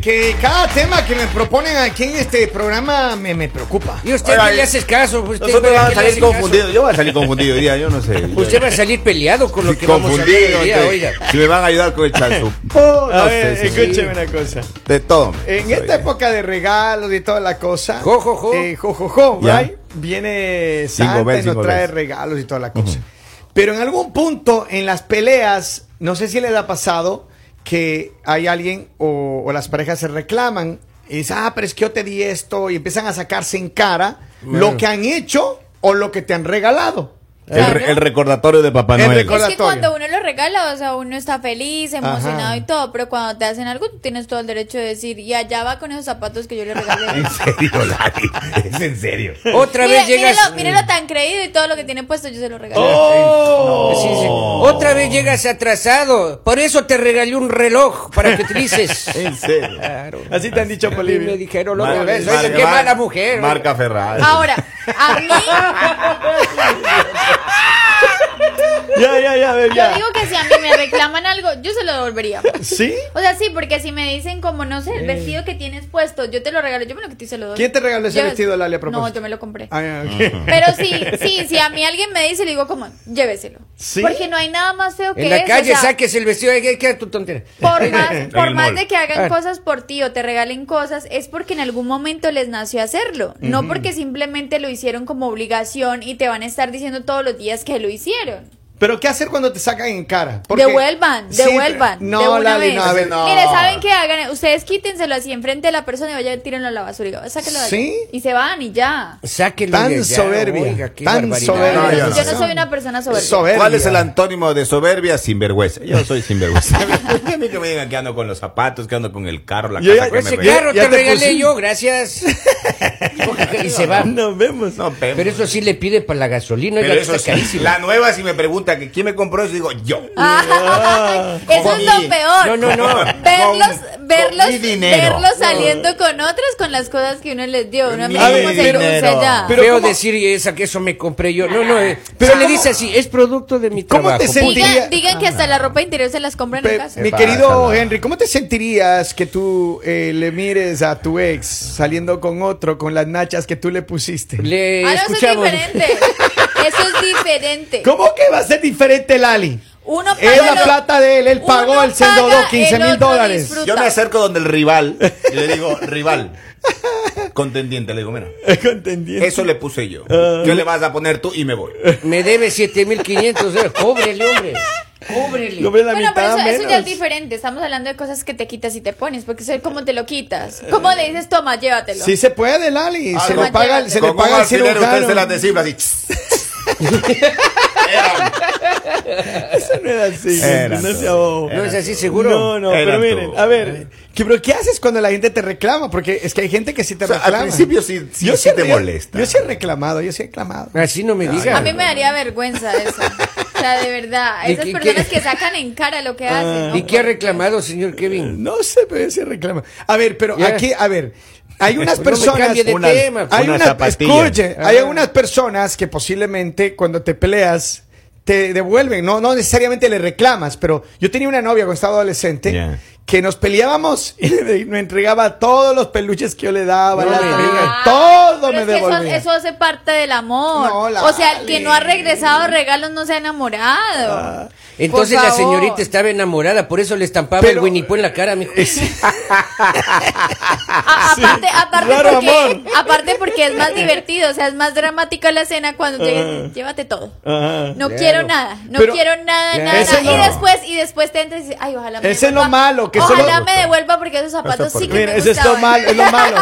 que cada tema que me proponen aquí en este programa me, me preocupa. Y usted Ahora, no le hace caso. Usted Nosotros ¿para vamos a qué le salir hace caso? confundidos. Yo voy a salir confundido hoy día, yo no sé. Usted va a salir peleado con lo que vamos a confundido. hacer hoy día, entre- oiga. Si me van a ayudar con el chanzo. Oh, no A sé, ver, sí, sí. Ah, eh, escúcheme una cosa. De todo. me En este soy. esta época de regalos y toda la cosa. Jo, jo, jo. eh, jo, jo, jo, Ya. right? Viene Jingle Santa bell, y nos jingle trae bells. regalos y toda la cosa. Pero en algún punto, en las peleas, no sé si les ha pasado que hay alguien o, o las parejas se reclaman y dicen, ah, pero es que yo te di esto y empiezan a sacarse en cara lo que han hecho o lo que te han regalado. El, re- el recordatorio de Papá El Noel. recorda- Es que Recordatorio. cuando uno lo regala, o sea, uno está feliz, emocionado Ajá. y todo, pero cuando te hacen algo, tú tienes todo el derecho de decir, y allá va con esos zapatos que yo le regalé. En serio, Lali. Es en serio. Otra Mire- vez llegas. mírelo, mírelo tan creído y todo lo que tiene puesto yo se lo regalé. Oh. Sí, sí. Otra vez llegas atrasado. Por eso te regalé un reloj para que utilices. En serio. Ah, Así te han dicho, A mí Polivio. me dijeron la otra Mar- vez. Mar- oye, qué Mar- mala mujer. oye. Marca Ferrari. Ahora, a mí, Ya, ya, ya, a ver, yo ya. digo que si a mí me reclaman algo, yo se lo devolvería. ¿Sí? O sea, sí, porque si me dicen como, no sé, el vestido que tienes puesto, yo te lo regalo, yo me lo quité y se lo doy. ¿Quién te regaló ese Yo- vestido, Lali, a propósito? No, yo me lo compré. Ah, ok. Pero sí, sí, si a mí alguien me dice, le digo como, lléveselo. ¿Sí? Porque no hay nada más feo que En la eso, calle o sea, saques el vestido. ¿Qué queda tu tontera? por más, por el más mall. de que hagan Eh. Ah. cosas por ti o te regalen cosas, es porque en algún momento les nació hacerlo. No porque simplemente lo hicieron como obligación y te van a estar diciendo todos los días que lo hicieron. Pero ¿qué hacer cuando te sacan en cara? Porque- devuelvan, Sí, devuelvan. No, de una Lali, vez. no, a ver, no. Mire, ¿saben qué hagan? Ustedes quítenselo así enfrente de la persona y vayan, tírenlo a la basura y digan, sáquenlo de allá. ¿Sí? Y se van y ya. Sáquenlo Tan de allá, soberbia, oiga, qué tan barbaridad. soberbia. No, yo no. Yo no soy una persona soberbia. Soberbia. ¿Cuál es el antónimo de soberbia? Sinvergüenza. Yo soy sinvergüenza. A mí que me digan que ando con los zapatos, que ando con el carro, la Yo casa ya- que me Ese regaló. carro Ya te, te regalé puse. yo, gracias. y se va. Nos vemos. No, pero, Pero eso sí le pide para la gasolina. pero oiga, eso está sí, carísimo. la nueva si me pregunta que quién me compró eso, digo yo. Ah, Eso es lo Con- peor. No, no, no. Verlos, Con- verlos, con mi dinero. verlos saliendo con otras con las cosas que uno les dio. Uno Mi mira cómo se dinero. cruza allá. Pero Feo ¿cómo? decir esa que eso me compré yo. No, no. eh, pero le dice así, es producto de mi ¿Cómo trabajo. te punto. sentí- diría- digan, digan que Ah. hasta la ropa interior se las compran en Pe- casa. Ah, mi Epa, querido calma. Henry, ¿cómo te sentirías que tú eh, le mires a tu ex saliendo con otro con las nachas que tú le pusiste? Le Ah, no, eso es escuchamos. diferente. Eso es diferente. ¿Cómo que va a ser diferente, Lali? Uno Es paga la lo- plata de él, él uno pagó, él se paga, endeudó el 15 mil otro dólares. disfruta. Yo me acerco donde el rival y le digo, rival, contendiente, le digo, mira, Contendiente. eso le puse yo. Yo le vas a poner tú y me voy. Me debe 7500 euros. eh, Cóbrele, hombre. Cóbrele. Lo ve la Bueno, pero mitad eso, eso ya menos. es diferente. Estamos hablando de cosas que te quitas y te pones. Porque eso es como te lo quitas. ¿Cómo le dices, toma, llévatelo? Sí se puede, Lali. Ah, se con- le paga, se le con un paga el alfiler cirujano. Usted se las descifra así. No era así, Era no tú. sea bobo. No es así, seguro. No, no, Era pero tú. miren, a ver, que- pero ¿qué haces cuando la gente te reclama? Porque es que hay gente que sí te O sea, al reclama. principio sí- sí- sí te molesta. Yo sí he reclamado, yo sí he reclamado. Así no me diga. A mí me daría vergüenza eso. O sea, de verdad. ¿Y Esas qué- personas qué? que sacan en cara lo Ah, que hacen. ¿no? ¿Y qué ha reclamado, señor Kevin? No sé, pero yo sí reclama. A ver, pero Ya. aquí, a ver, hay unas No me personas. cambie de unas- tema. pues. hay Unas unas, zapatillas. escuche, Ah. hay algunas personas que posiblemente cuando te peleas te devuelven, no, no necesariamente le reclamas, pero yo tenía una novia cuando estaba adolescente Ya. que nos peleábamos y le- me entregaba todos los peluches que yo le daba, No las me revistas, digas. todo Ah, Pero me es que eso, devolvía. eso hace parte del amor. No, la- o sea, el que no ha regresado regalos no se ha Ah. enamorado. Entonces Por la favor. señorita estaba enamorada, por eso le estampaba Pero- el Winnie Pooh en la cara, mijo. A- aparte, aparte, Claro, porque, amor. aparte porque es más divertido, o sea, es más dramática la escena cuando llegues, llévate todo. Ajá. No Claro. quiero nada, Ah. no Pero- quiero nada, Claro. nada. Ese Y no. después, y después te entras y dices, ay, ojalá me Ese es lo devuelva- malo, que solo- Ojalá me devuelva porque esos zapatos sí que Mira, me eso es lo gustaban. malo, es lo malo.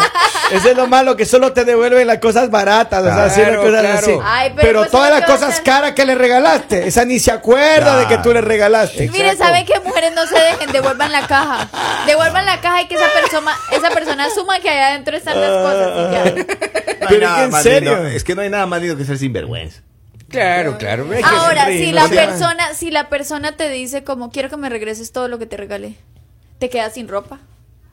Eso es lo malo, que solo te devuelven las cosas baratas, o sea, así Claro, las cosas claro. así. Ay, pero pero pues, todas ¿cómo las te vas cosas a- caras que le regalaste, esa ni se acuerda de que tú le regalaste. Mire, ¿saben qué? Mujeres no se dejen, devuelvan la caja. Devuelvan la caja y que esa persona, esa persona asuma que allá adentro están las cosas. y ya. No hay Pero es nada que en más serio. lindo- es que no hay nada más lindo que ser sinvergüenza. Claro, claro. hombre, hay que Ahora, sonreír, si ¿no? la O sea, persona, si la persona te dice como quiero que me regreses todo lo que te regalé, te quedas sin ropa.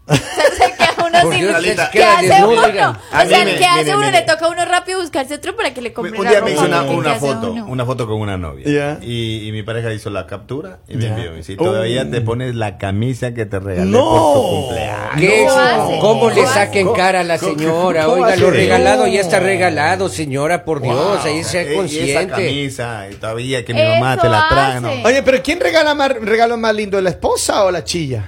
O sea, se queda uno Por sin. Dios, Lalita. ¿Qué hace Desnudo, uno? oigan. O A sea, mí me- ¿qué hace mire, uno? mire. Le toca a uno rápido buscarse otro para que le compre Un la día ropa, me hizo una, porque ¿qué una hace foto, uno? una foto con una novia. Ya. Y, y mi pareja hizo la captura y me Ya. envió. Y si Oh. todavía te pones la camisa que te regalé No. por tu cumpleaños. ¿Qué ¿Cómo es? hace? ¿Cómo le ¿Cómo saquen hace? cara a la ¿Cómo- señora? cómo Oiga, hace? lo regalado ya está regalado, señora, por Dios, Wow. ahí Eh, sea Y esa consciente. camisa, y todavía que mi Eso mamá te la trae. hace. ¿no? Oye, pero ¿quién regala más, regalo más lindo, la esposa o la chilla?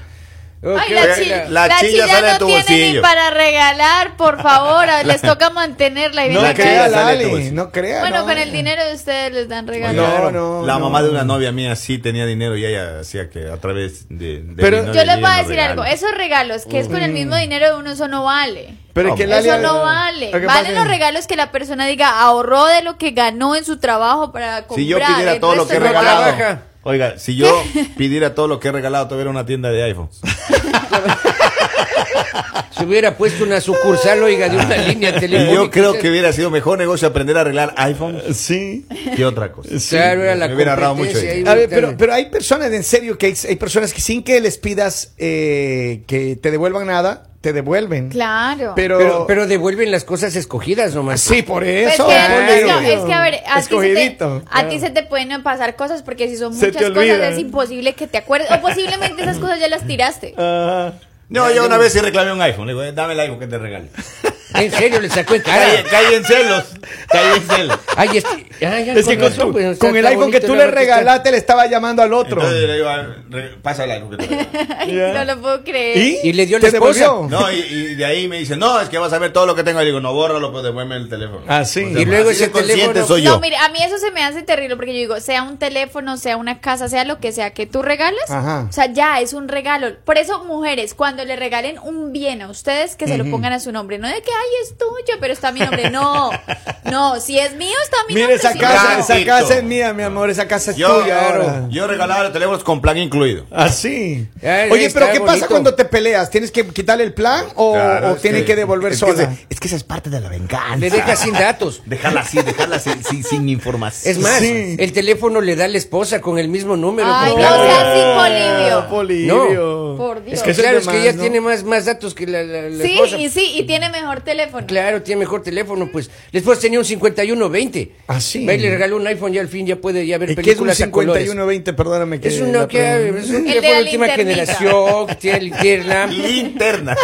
Oh, Ay, qué la, buena. chi- Eh, la la chilla chilla, sale de no tu tiene bolsillo. ni para regalar, por favor. a- Les toca mantenerla y No viene la acá. crea, chilla sale Lali, pues. de tu- no crea. Bueno, Ah, no. con el dinero de ustedes les dan regalos. No, no, La no. mamá de una novia mía sí tenía dinero y ella hacía que a través de. de Pero- mi novia Yo les ella voy a nos decir regala. algo. Esos regalos que es con el Mm. mismo dinero de uno, eso no vale. Pero es que Eso Lali- Eso no vale. Lo que pasa Valen es- los regalos que la persona diga ahorró de lo que ganó en su trabajo para comprar. Si yo pidiera el todo lo resto que he no regalado. trabaja. Oiga, si yo pidiera todo lo que he regalado, tuviera una tienda de iPhones. Se hubiera puesto una sucursal, oiga, de una línea Y telefónica. yo creo que hubiera sido mejor negocio aprender a arreglar iPhones Sí. que otra cosa. Claro, era la Me hubiera ahorrado mucho competencia A ahí, ver, pero, también. pero hay personas, en serio, que hay, hay personas que sin que les pidas eh, que te devuelvan nada, te devuelven. Claro. Pero, Pero, pero devuelven las cosas escogidas nomás. sí, por Pues eso. que- claro. es, que, es que, a ver, a ti, se te, Escogidito, a ti claro. se te pueden pasar cosas porque si son Se te muchas cosas olvidan. es imposible que te acuerdes. O posiblemente esas cosas ya las tiraste. Ah. No, yo una vez sí reclamé un iPhone. Le digo, "Eh, dame el iPhone que te regale. En serio, le sacó en Ah. Caí, cara. caí en celos. Caí en celos. Ay, es que, ay, ya, Es que con, razón, tu- pues, o sea, con el está iPhone que bonito tú la le orquesta. regalaste, le estaba llamando al otro. Entonces le digo, "Ah, re- pasa el iPhone que te regale. Ay, Ya. No lo puedo creer. ¿Y? Y le dio ¿Te la esposa. devolvió? No, y, y de ahí me dice, no, es que vas a ver todo lo que tengo. Y digo, no, bórralo, pues devuelve el teléfono. Ah, sí. Y luego así de ese consciente teléfono- soy yo. No, mire, a mí eso se me hace terrible porque yo digo, sea un teléfono, sea una casa, sea lo que sea que tú regalas, Ajá. o sea, ya es un regalo. Por eso, mujeres, cuando le regalen un bien a ustedes, que se lo pongan a su nombre. No de que, ay, es tuyo, pero está mi nombre. No, no, si es mío, está mi Mira, nombre. esa si casa, no, Claro. esa casa es mía, mi amor, esa casa es yo, tuya ahora. yo regalaba los teléfonos con plan incluido. Así. Ay, Oye, está pero ¿qué pasa bonito. cuando te peleas? ¿Tienes que quitarle el plan o, Claro, o es tiene que, devolver es sola? ese- es que esa es parte de la venganza. Le deja sin datos. Dejarla así, dejarla sin, sin- sin información. Es más, Sí. el teléfono le da a la esposa con el mismo número. Ay, con no plan. seas Oh, Polibio. Polibio. Por Dios. Es que Eso claro, de es que más, ella ¿no? tiene más, más datos que la, la- la Sí, esposa. y sí, y tiene mejor teléfono. Claro, tiene mejor teléfono, pues. Después tenía un 5120. Ah, sí. Va y le regaló un iPhone y al fin ya puede ya ver ¿Y qué es un películas a colores. 5120? Perdóname que Es un Eh, la Nokia, pregunta. es un El de la teléfono de última linternita. generación, que tiene linterna, Linterna.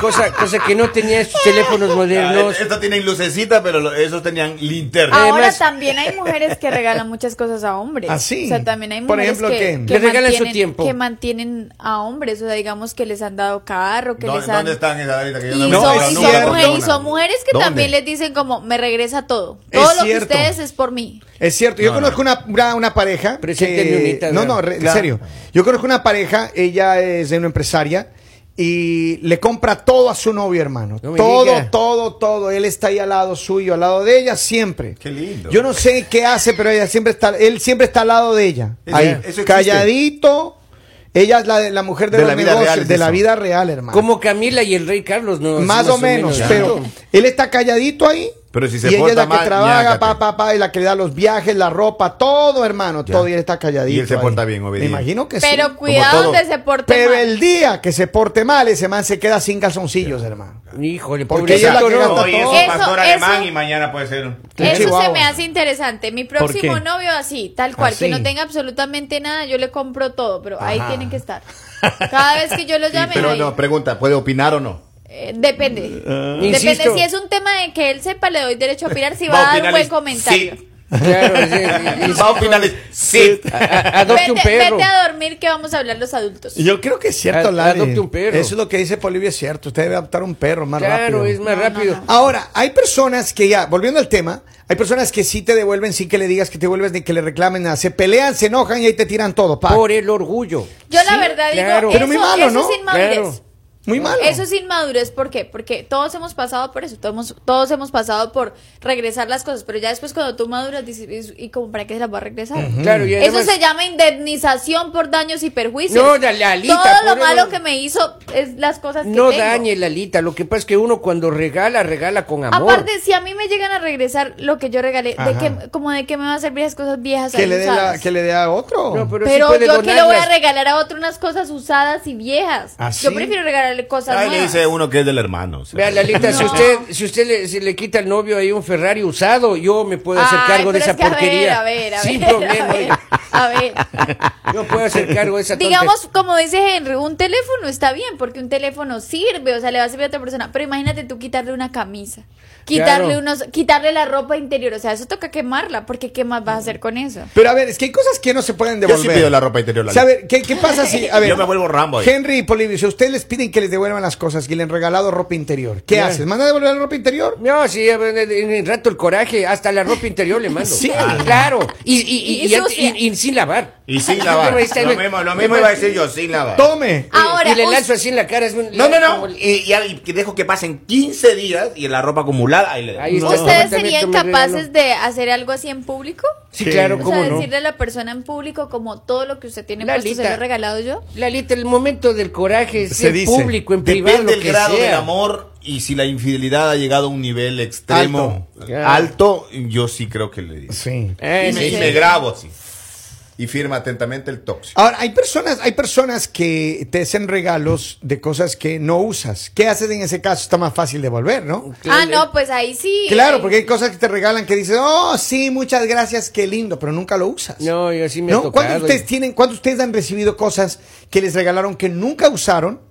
cosa, cosa que no tenía estos teléfonos modernos. Estos tienen Ah, lucecita, pero lo- esos tenían linterna. Ahora Además- también hay mujeres que regalan muchas cosas a hombres. ¿Ah, sí? O sea, también hay Por mujeres ejemplo, que, ¿qué? que Les regalan su mantienen- tiempo. que mantienen a hombres, o sea, digamos que les han dado carro, que ¿Dó- les ¿Dónde, han están esas ahorita que Y yo no son, he No, y visto es son cierto. mujeres, y ninguna? son mujeres que ¿Dónde? también les dicen como, me regresa todo. Es Todo lo que cierto. ustedes es por mí. Es cierto, yo No, conozco Una, una, una pareja. Preséntenme que- unita, No, vean. no, re- en Claro. serio. Yo conozco una pareja, ella es de una empresaria y le compra todo a su novio, hermano. No me todo, diga. todo, todo. Él está ahí al lado suyo, al lado de ella siempre. Qué lindo. Yo no sé qué hace, pero ella siempre está, él siempre está al lado de ella. Eso- ahí, eso existe. calladito. Ella es la, la mujer de, De los la vida negocios, real es de la eso. vida real, hermano. Como Camila y el Rey Carlos, ¿no? Más, o menos, pero él está calladito ahí. Pero si se y ella es porta la que mal, trabaja, ñácate. pa, pa, pa, y la que le da los viajes, la ropa, todo, hermano, todo, y él está calladito. Y él se ahí. porta bien, obediente. Me imagino que sí. Pero cuidado todo. donde se porte Pero mal. el día que se porte mal, ese man se queda sin calzoncillos, hermano. Híjole, Porque ella es la pobrecito, que no. gasta Hoy es todo. un Eso- pastor eso- alemán y mañana puede ser. un- Un Eso se chihuahua. me hace interesante. Mi próximo qué? novio así, tal cual, que Así. no tenga absolutamente nada, yo le compro todo, pero ahí tienen que estar. Cada vez que yo lo Sí, llame, pero ahí. no, pregunta, ¿puede opinar o no? Eh, depende. Insisto. Depende si es un tema de que él sepa, le doy derecho a opinar, si Va a va a dar un opinar buen y- comentario. sí. Claro, sí, sí, sí. Va a opinar, es- sí. A- a- Adopte Vete, un perro. vete a dormir que vamos a hablar los adultos. Yo creo que es cierto, Ad- Lali. adopte un perro. Eso es lo que dice Polivio, es cierto. Usted debe adoptar un perro más rápido. Claro, es más No, no, rápido. no. Ahora, hay personas que ya, volviendo al tema, hay personas que sí te devuelven sin que le digas que te devuelves ni que le reclamen nada. Se pelean, se enojan y ahí te tiran todo, pa. Por el orgullo. Yo la Sí, verdad claro. digo, Pero eso, muy malo, eso ¿no? es inmadurez. Claro. Muy malo. Eso es inmadurez, ¿por qué? Porque todos hemos pasado por eso, todos hemos, todos hemos pasado por regresar las cosas, pero ya después cuando tú maduras dices, y, y como para qué se las va a regresar. Claro, y además- eso se llama indemnización por daños y perjuicios. No, dale, Alita, Todo lo pobre- malo que me hizo es las cosas que No tengo. dañe la lita, lo que pasa es que uno cuando regala, regala con amor. Aparte, si a mí me llegan a regresar lo que yo regalé, Ajá. ¿de qué, como de qué me va a servir esas cosas viejas Que le, dé la- usadas? que le dé a otro. No, pero- Pero, sí puede yo que le voy a donarlas. regalar a otro unas cosas usadas y viejas. ¿Ah, Yo sí? prefiero regalarle cosas Ahí le nuevas. dice uno que es del hermano. o sea. Vea, Lalita, si No. usted, si usted le, si le quita al novio ahí un Ferrari usado, yo me puedo hacer Ay, cargo de pero esa es que a ver, porquería. A ver, a ver, Sin a problema, ver, oiga. A ver. Yo puedo hacer cargo de esa Digamos, como dice Henry, un teléfono está bien, porque un teléfono sirve, o sea, le va a servir a otra persona. Pero imagínate tú quitarle una camisa, quitarle Claro. unos, quitarle la ropa interior, o sea, eso toca quemarla, porque ¿qué más vas a hacer con eso? Pero a ver, es que hay cosas que no se pueden Yo devolver. sí pido la ropa interior. O la sea, a ver, ¿qué, qué pasa si.? A ver, Yo me vuelvo Rambo ahí. Henry y Polivio, si a ustedes les piden que les devuelvan las cosas y le han regalado ropa interior, ¿qué Bien. haces? ¿Manda a devolver la ropa interior? No, sí, en el- en el rato el coraje, hasta la ropa interior le mando. Sí. claro. Y, y, y, Y y antes- sucia. y- y sin lavar. Y sin lavar. Ahí está, lo, ahí- mismo, lo mismo iba a decir yo, sin lavar. ¡Tome! Ahora, y le us- lanzo así en la cara. es un- No, no, como- no. Y, y ahí dejo que pasen 15 días y la ropa acumulada. Ahí le dejo. Ahí está. ¿Ustedes No. serían Exactamente, me capaces de hacer algo así en público? Sí, Sí. claro, O cómo sea, no. decirle a la persona en público como todo lo que usted tiene La puesto se lo lista. he regalado yo. Lalita, el momento del coraje es Se en dice, público, en Depende privado, lo del que grado sea. del amor y si la infidelidad ha llegado a un nivel extremo Alto. alto, Ya. yo sí creo que le digo. Sí. Eh, Y, me, sí, y sí. me grabo así. Y firma atentamente el tóxico. Ahora, hay personas, hay personas que te hacen regalos de cosas que no usas. ¿Qué haces en ese caso? Está más fácil devolver, ¿no? Ah, no, pues ahí sí. Claro, eh, porque hay cosas que te regalan que dices, oh, sí, muchas gracias, qué lindo, pero nunca lo usas. No, yo sí me ha ¿No? tocado. ¿Cuándo ustedes tienen, cuándo ustedes han recibido cosas que les regalaron que nunca usaron?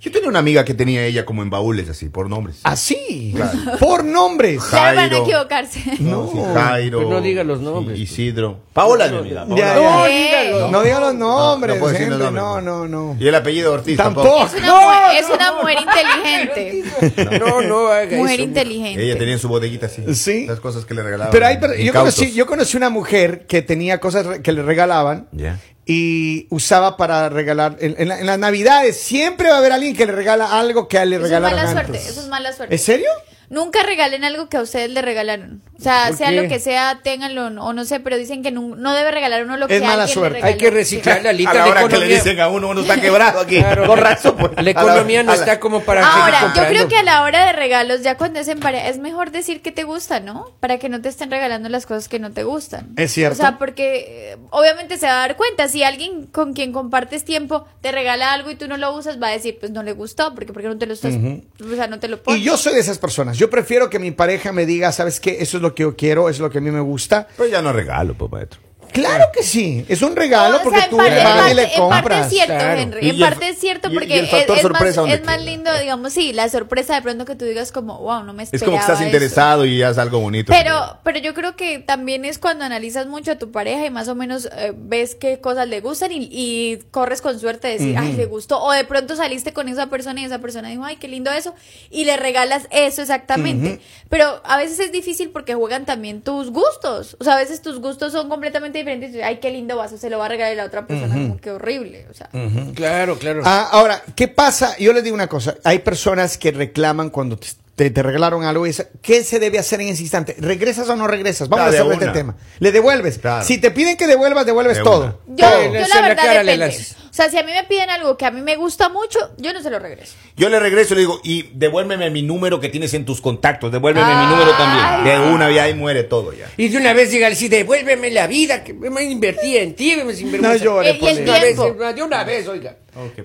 Yo tenía una amiga que tenía ella como en baúles así, por nombres. Así, Claro. por nombres. Ja- Ya van a Jairo. equivocarse. No. Sí, Jairo. Pues no diga los nombres. I- Isidro. Paola es mi amiga. Paola. Ya, No, ya. dígalo. No diga los nombres, puedo decir gente, los nombres. no, no, no. Y el apellido Ortiz Tampoco. tampoco. Es una, No, no, mujer, es una no. mujer inteligente. No, no haga mujer eso. inteligente. Ella tenía en su bodeguita así. Sí. Las cosas que le regalaban. Pero hay, per- yo, Incautos. conocí, yo conocí una mujer que tenía cosas re- que le regalaban Ya. y usaba para regalar. En, en la- en las Navidades siempre va a haber alguien que le regala algo que a él le Eso es regalaron mala suerte, antes. eso es mala suerte. ¿En serio? Nunca regalen algo que a ustedes le regalaron. O sea, ¿Por sea qué? lo que sea, ténganlo o no sé, pero dicen que no, no debe regalar uno lo que Es mala alguien le suerte. regaló. Hay que reciclar la lista a la de hora que economía. le dicen a uno, uno está quebrado aquí. Claro. Con razón, pues. La A economía no a la- está como para seguir Ahora, yo comprando. creo que a la hora de regalos, ya cuando es en pareja, es mejor decir que te gusta, ¿no? Para que no te estén regalando las cosas que no te gustan. Es cierto. O sea, porque eh, obviamente se va a dar cuenta, si alguien con quien compartes tiempo te regala algo y tú no lo usas, va a decir, pues no le gustó, porque porque no te lo estás, o sea, no te lo pones. Y yo soy de esas personas. Yo prefiero que mi pareja me diga, ¿sabes qué? Eso es lo que yo quiero, eso es lo que a mí me gusta. Pero ya no regalo, pues, maestro. Claro que sí. Es un No, regalo o porque sea, en tú parte- en vas y le parte- en parte es compras. cierto, claro. Henry. Y En el fa- parte es cierto y- y porque el factor es, es más, sorpresa, ¿dónde es más queda? lindo, digamos, sí, la sorpresa de pronto que tú digas como, wow, no me Es esperaba como que estás eso". interesado y haces algo bonito. Pero, pero yo creo que también es cuando analizas mucho a tu pareja y más o menos eh, ves qué cosas le gustan y, y corres con suerte de decir, ay, le gustó. O de pronto saliste con esa persona y esa persona dijo, ay, qué lindo eso. Y le regalas eso exactamente. Pero a veces es difícil porque juegan también tus gustos. O sea, a veces tus gustos son completamente diferentes. y, Ay, qué lindo vaso, se lo va a regalar la otra persona. Como que horrible. O sea, Claro, claro. Ah, ahora, ¿qué pasa? Yo les digo una cosa. Hay personas que reclaman cuando te, te- te regalaron algo. Y dicen, ¿Qué se debe hacer en ese instante? ¿Regresas o no regresas? Vamos Dale a hacer este una. tema. Le devuelves. Claro. Si te piden que devuelvas, devuelves De todo. yo, Todo. yo Lanza en la la verdad cara le depende. lanzas. O sea, si a mí me piden algo que a mí me gusta mucho, yo no se lo regreso. Yo le regreso y le digo, y devuélveme mi número que tienes en tus contactos, devuélveme Ay. mi número también. De una vez ahí muere todo ya. Y de una vez llega así, devuélveme la vida, que me invertí en ti, me sinvergüenza. No llore, Eh, y el De una vez, tiempo. eh, de una vez, oiga.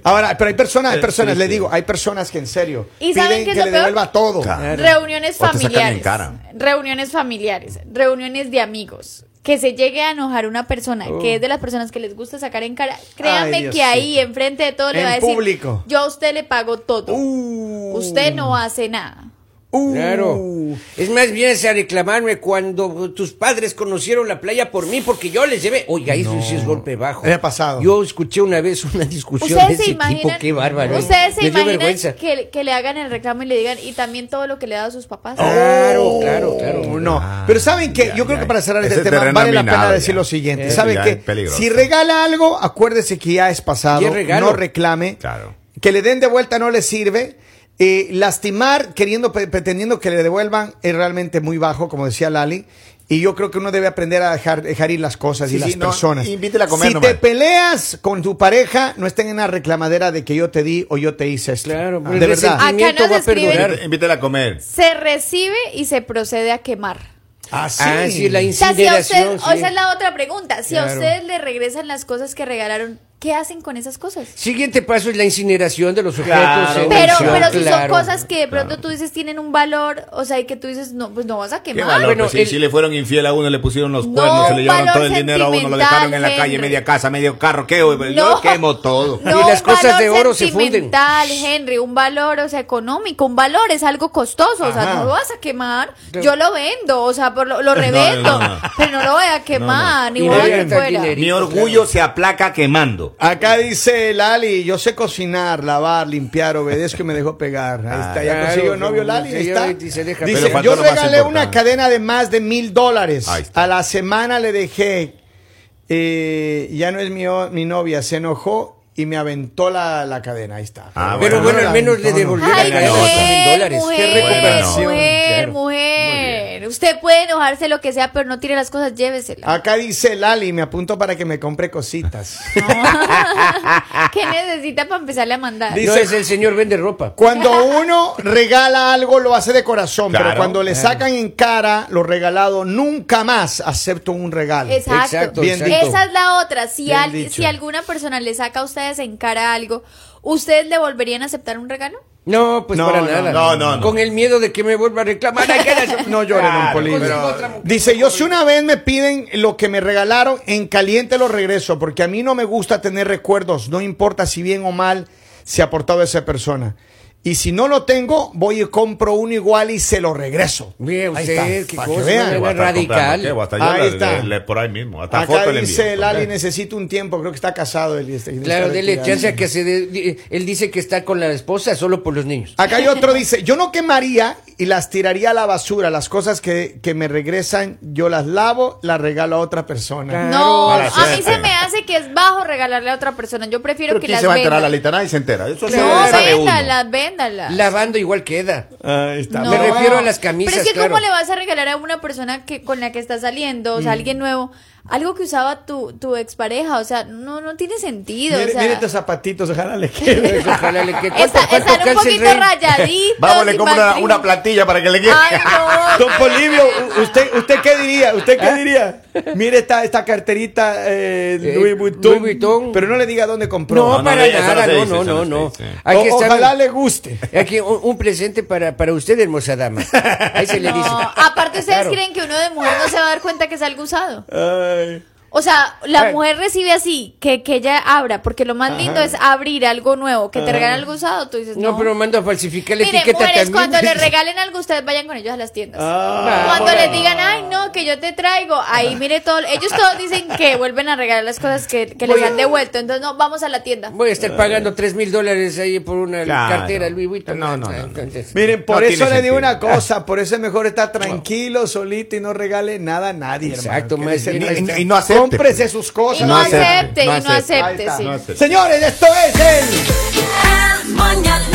Ahora, pero hay personas, hay Es personas, le triste. digo, hay personas que en serio ¿Y piden saben qué que es le lo peor? devuelva todo. Claro. Reuniones Eh, O te sacan en familiares. cara. Reuniones familiares, reuniones de amigos. Que se llegue a enojar una persona, que es de las personas que les gusta sacar en cara. Créanme Ay, Dios que ahí, mío. enfrente de todo, le En va a decir: público. Yo a usted le pago todo. Uh. usted no hace nada. Uh. Claro. Es más bien es a reclamarme cuando tus padres conocieron la playa por mí porque yo les llevé. Oiga, eso sí es golpe bajo. Me ha pasado. Yo escuché una vez una discusión de Ustedes se ese tipo, imaginan, qué bárbaro. ¿eh? ustedes se Me dio imaginan vergüenza. que, que le hagan el reclamo y le digan, y también todo lo que le ha dado a sus papás. Claro, claro, claro. Oh, No, pero saben que yo creo que para cerrar este tema vale la pena decir lo siguiente. Eso Saben ya que es peligroso. si regala algo, acuérdese que ya es pasado, Ya es regalo. no reclame. Claro. que le den de vuelta no le sirve. Eh, lastimar queriendo pre- pretendiendo que le devuelvan es realmente muy bajo, como decía Lali. Y yo creo que uno debe aprender a dejar, dejar ir las cosas Sí, y sí, las no, personas. invítela a comer si nomás. te peleas con tu pareja, no estén en la reclamadera de que yo te di o yo te hice esto. Claro, pues, Ah, el de verdad. resentimiento resentimiento Acá nos va a perdurar. escriben- Invítela a comer. Se recibe y se procede a quemar. Así. Ah, sí, la O sea, si a usted, incineración. o sí. esa es la otra pregunta. Si Claro. a ustedes le regresan las cosas que regalaron, ¿qué hacen con esas cosas? Siguiente paso es la incineración de los objetos. Claro. en Pero, acción, pero si son claro. cosas que de pronto tú dices tienen un valor, o sea, y que tú dices, no, pues no vas a Qué quemar. valor, bueno, pues, si, el- si le fueron infiel a uno, le pusieron los No, cuernos, se un le llevaron valor todo el dinero a uno, lo dejaron en la sentimental, calle, Henry. media casa, medio carro, ¿qué? güey? No. pues Yo quemo todo. No, Y las un cosas de valor oro se funden. sentimental, Henry, un valor, o sea, económico, un valor es algo costoso, o sea, Ajá. no lo vas a quemar. Yo lo vendo, o sea, por lo, lo revendo, no, no. pero no lo voy a quemar, ni Y voy a no dejar gastar fuera. dinerito, Mi orgullo se aplaca quemando. Acá dice Lali, yo sé cocinar, lavar, limpiar, obedezco y me dejó pegar. Ahí está, ya Claro, consiguió novio pero Lali, ahí sí, está. ahí se deja. Dice, Pero faltó yo lo más regalé una importante. cadena de más de mil dólares. Ahí está. A la semana le dejé, eh, ya no es mi, o- mi novia, se enojó y me aventó la, la cadena, ahí está. Ah, Pero bueno, la al menos le aventó, ¿no? devolvió Ay, la Regalar cadena. otros mil mujer, dólares. Qué mujer, recuperación, mujer, claro. mujer. Usted puede enojarse lo que sea, pero no tire las cosas, llévesela. Acá dice Lali, me apuntó para que me compre cositas. ¿Qué necesita para empezarle a mandar? Dice- No es el señor vende ropa. Cuando uno regala algo, lo hace de corazón, pero Claro. cuando Eh. le sacan en cara lo regalado, nunca más acepto un regalo. Exacto. Exacto, Bien exacto. Esa es la otra. Si, Bien al- dicho. si alguna persona le saca a ustedes en cara algo, ¿ustedes le volverían a aceptar un regalo? No, pues No, para no, nada. no, no, no. Con el miedo de que me vuelva a reclamar. Ay, qué- No lloren, Claro, don Polibio. consigo otra mujer. Dice, yo si una vez me piden lo que me regalaron, en caliente lo regreso, porque a mí no me gusta tener recuerdos, no importa si bien o mal se ha portado esa persona. Y si no lo tengo, voy y compro uno igual y se lo regreso. Mire Ahí usted, está, qué para que cosa, Voy vean. una a estar comprando, ¿qué? Voy a radical. estar yo Ahí le- está. le- le- por ahí mismo. Hasta Acá foto le dice envío. Lali, necesito un tiempo, creo que está casado. Él, este, Claro, está dele retirado. chance a que se... dé- di- él dice que está con la esposa solo por los niños. Acá hay otro, dice, yo no quemaría y las tiraría a la basura. Las cosas que, que me regresan, yo las lavo, las regalo a otra persona. Claro. No, Para a mí siempre. se me hace que es bajo regalarle a otra persona. Yo prefiero Pero que ¿quién las se va a enterar? La vendan. litana y se entera. Eso se No, sabe uno. véndalas, véndalas. Lavando igual queda. Ahí está. No. Me refiero a las camisas, Pero es que claro. cómo le vas a regalar a una persona que con la que estás saliendo, o sea, alguien nuevo, algo que usaba tu, tu expareja, o sea, no no tiene sentido, Mire, o sea. mire estos zapatitos, ojalá le quede. Pues, ojalá le quede. ¿Cuánto- Está- cuánto están un calza el poquito rey? rayaditos. Vamos, y le compro una, matri- una plantilla para que le quede. Ay, no. Don Polibio, u- ¿usted, ¿usted qué diría? ¿Usted qué diría? Mire esta, esta carterita eh, Eh, Louis, Vuitton, Louis Vuitton. Pero no le diga dónde compró. No, no, para eso no nada, se no, dice, no, eso no no, no. se dice. Hay que O- estar- ojalá le guste. Aquí un, un presente para, para usted, hermosa dama. Ahí se le dice. No, aparte ustedes Claro. creen que uno de mujer no se va a dar cuenta que es algo usado. Ay. O sea, la Ay. mujer recibe así, que, que ella abra, porque lo más lindo es abrir algo nuevo, que te regalen algo usado, tú dices, no. No, pero mando a falsificar la Mire, etiqueta mujeres, también. pues. cuando le regalen algo, ustedes vayan con ellos a las tiendas. Ah, cuando ahora les no. digan, ay, no, que yo te traigo, ahí mire todo. Ellos todos dicen que vuelven a regalar las cosas que, que les Voy a- han devuelto. Entonces, no, vamos a la tienda. Voy a estar pagando tres mil dólares ahí por una Claro. cartera Louis Vuitton. No, no, no, no. Entonces, Miren, por No eso tiene le digo sentido. Ah. una cosa, por eso es mejor estar tranquilo, solito y no regale nada a nadie. Exacto, hermano. más Que bien, dice, más "Ni- bien". Y no acepte, Cómprese pues. sus Y cosas. no, No acepte, acepte, no y no acepte. acepte, Ahí está. sí. No acepte. Señores, esto es el... El mañanero